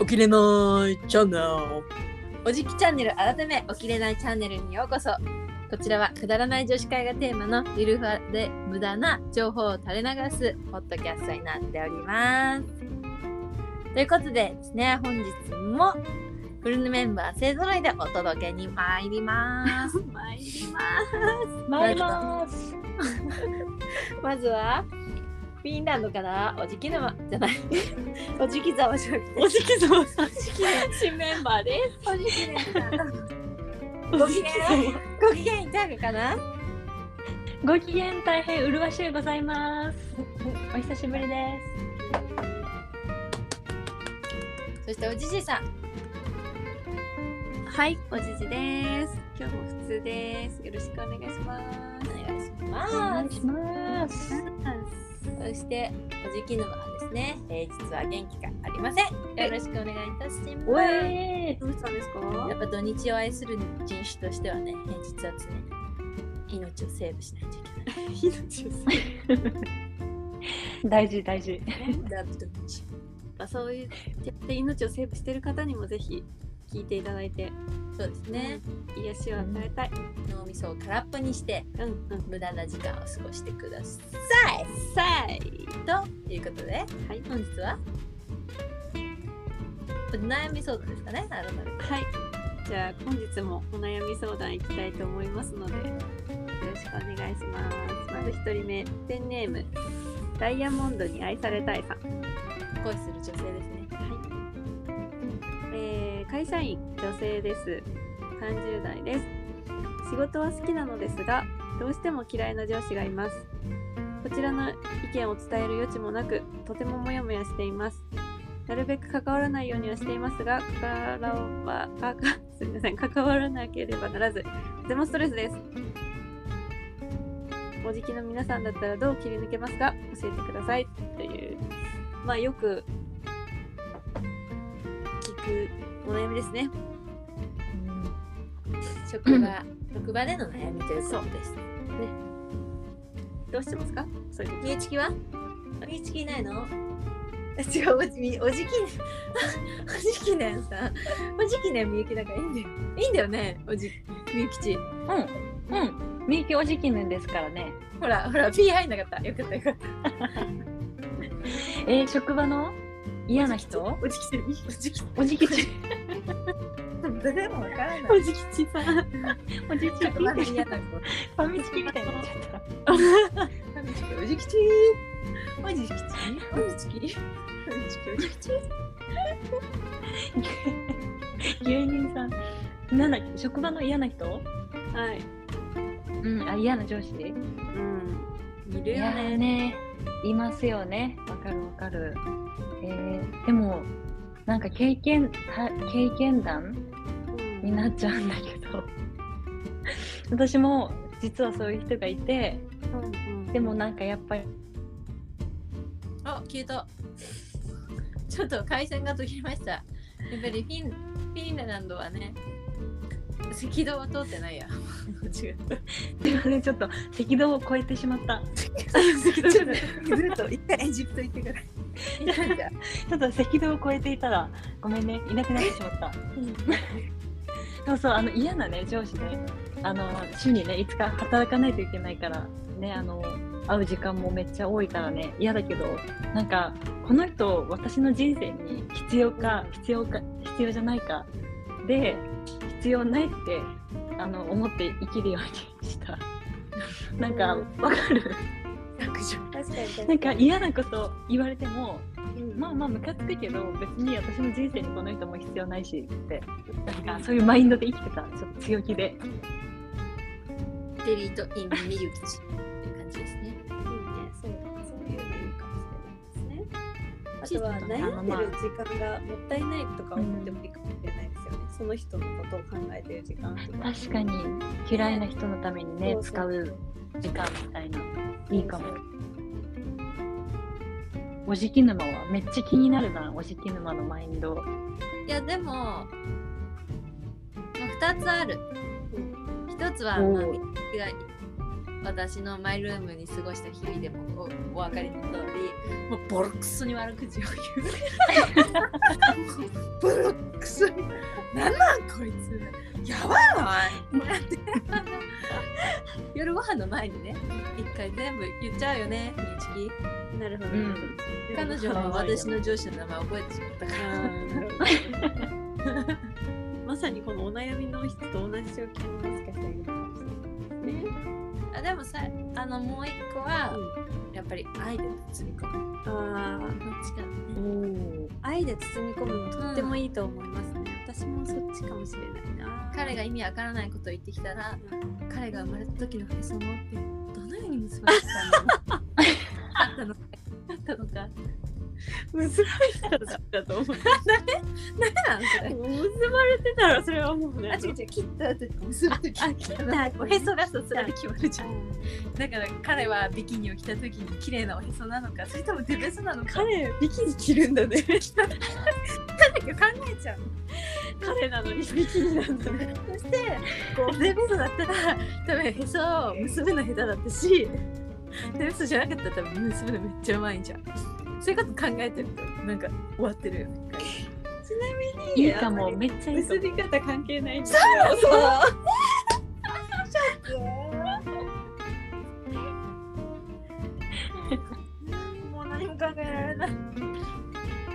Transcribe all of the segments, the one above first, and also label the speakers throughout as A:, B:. A: 起きれないチャンネ ル
B: おじきチャンネル改め起きれないチャンネルにようこそこちらはくだらない女子会がテーマのゆるふわで無駄な情報を垂れ流すポッドキャストになっておりますということでですね本日もフルメンバー勢ぞろいでお届けに参ります参ります
C: 参ります。
B: まずはフィンランドからおじき沼じゃないおじきざわじゃなくて
A: おじき様さん
C: 新メンバーです。
B: おじきご機嫌ご機嫌いただくかな
C: ご機嫌大変麗しゅうございます。お久しぶりです。
B: そしておじじさん。
D: はい、おじじです。今日も普通です。よろしくお願いします。
B: お願いします。
C: します。
B: そしておじき沼はですね、平日は元気がありません。よろしくお願いいたします。
C: おえ
D: どうしたんですか？
B: やっぱ土日を愛する人種としてはね、平日は常に命をセーブしないといけない。
C: ー、大事大事。
B: だって土日
D: まあそういうやって命をセーブしてる方にもぜひ聞いていただいて
B: そうですね、
D: 癒しを与えたい。
B: 脳みそを空っぽにして、
D: うんうん。
B: 無駄な時間を過ごしてくださ
D: さい。
B: い。ということで、
D: はい
B: 本日はお悩み相談ですかね、改めて。
D: はい。じゃあ本日もお悩み相談いきたいと思いますのでよろしくお願いします。まず一人目ペンネームダイヤモンドに愛されたいさん。
B: 恋する女性ですね。
D: はい、えー会社員女性です30代です仕事は好きなのですがどうしても嫌いな上司がいますこちらの意見を伝える余地もなくとてもモヤモヤしていますなるべく関わらないようにはしていますが関わらばあかすみません関わらなければならずとてもストレスですおじきの皆さんだったらどう切り抜けますか教えてくださいというまあよく聞くお悩みですね。
B: 職場、職場での悩みということです。
D: どうしてますか？そういう
B: みゆちきはみゆちきいないの違う、おじみ おじきねおじきねんさ。おじきねんみゆきだからいいんだよ。いいんだよね、おじみゆきち。
C: うんうん。みゆきおじきぬんですからね。
B: ほら、ほら、ピー入んなかった。よかったよかった。
C: えー、職場の嫌な人？
B: おじきち、おじきち。
C: おじきち。
B: 誰もわからな
D: お
B: い。
D: じきちさん。
C: おじ
B: ちょっとまだ嫌
C: フ
B: な子。
C: ァミチキみたいになっちゃ った。
B: おじきち。おじきち。おじき。おじき。おじきち。
C: 芸人さん。なんだっけ職場の嫌な人？
D: はい。
C: うん。あ嫌な上司？い
D: うん。
B: いるよ
C: や
B: ね。
C: ーね。いますよね。わかるわかる。えー、でもなんか経験た経験談になっちゃうんだけど 私も実はそういう人がいて
D: うん
C: でもなんかやっぱり
B: あ、消えた。ちょっと回線が途切れました。やっぱりフィン、フィンランドはね、赤道は通ってないや。違う。
C: すいませんちょっと赤道を越えてしまった
B: ちょっと、ずっと、一回エジプト行ってから。
C: ちょっと赤道を越えていたらごめんねいなくなってしまったそうそうあの嫌なね上司ねあの週にね5日働かないといけないからねあの会う時間もめっちゃ多いからね嫌だけどなんかこの人私の人生に必要か必要か必要じゃないかで必要ないってあの思って生きるようにしたなんかわかる
D: 確かに。
C: なんか嫌なこと言われても
D: うん
C: まあまあムカつくけど別に私の人生にこの人も必要ないしってなんかそういうマインドで生きてたちょっと強気で
B: デリートインミユキチ。っていう感じですね。
D: いいね。そうそういうのいいかもしれないですね。あとは
C: ちょっとね
D: 悩んでる時間がもったいないとか思ってもいいかもしれないですよね。その人のことを考えてる時間とか。
C: 確かに嫌いな人のためにね
D: そう
C: 使
D: そう
C: 時間みたいないいかもおじき沼はめっちゃ気になるなおじき沼のマインド
B: いや、でも、まあ、2つある。1つは、
C: おう
B: まあ、みゆきが私のマイルームに過ごした日々でもおお 分かりの通り、もうボロクソに悪口を言う。 こいつやばいわってなってあの 夜ご飯の前にね一回全部言っちゃうよねみゆちき
D: なるほど。
C: うん
B: 彼女は私の上司の名前覚えてしまったか
D: あーなるほど まさにこのお悩みの人と同じ状況にもしかしたらいるかもしれないですね。
B: らあでもさあのもう一個は、やっぱり愛で包み込む
D: ああ。
B: どっちかね
D: 愛で包み込むのとってもいいと思いますね、私もそっちかもしれないな
B: 彼が意味わからないことを言ってきたら彼が生まれた時のへそもってどのように結ばれてたのあったのかあっ
D: 結ばれてたらだ と思う
B: たのか何なのそれ
D: 結ばれてたらそれはもうね
B: あ違う違う切った後に結ぶ時
D: あ切った後
B: お
D: ね
B: へそがさそれで決まるじゃんだから彼はビキニを着た時に綺麗なおへそなのかそれともデベソなのか
D: 彼ビキニ着るんだね
B: 彼が考えちゃう
D: 彼なのにビキニなんだね
B: そしてこうデベソだったら多分へそを結ぶの下手だったしデベソじゃなかったら多分結ぶのめっちゃうまいじゃんそういうこと考えてるとなんか終わってるよね
C: いいかも、めっちゃいいか
D: 結
C: も。
D: び方関係ないんだよ
B: そうもう何も考えられない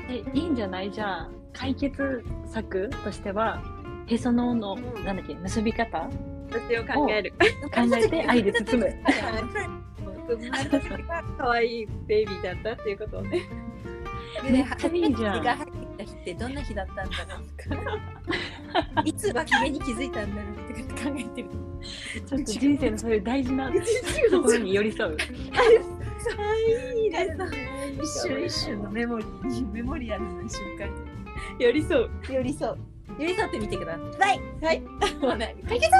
C: え、いいんじゃないじゃあ、解決策としては、へその緒の、なんだっけ、結び方
D: 私を考える
C: 考えて愛で包む。
D: 生まれた時が可愛いベイビーだったっていうことをね
C: めっちゃいいじゃん
B: が入ってきた日ってどんな日だったんだろうとかいつ脇毛に気づいたんだろうって考えてる
C: ちょっと人生のそういう大事なところに寄り添う。
D: いいです
B: 一瞬一瞬のメモリーメモリアルな瞬間
D: 寄り添う
B: に寄り添う寄り添ってみてください
D: はい
B: もうね
D: 解決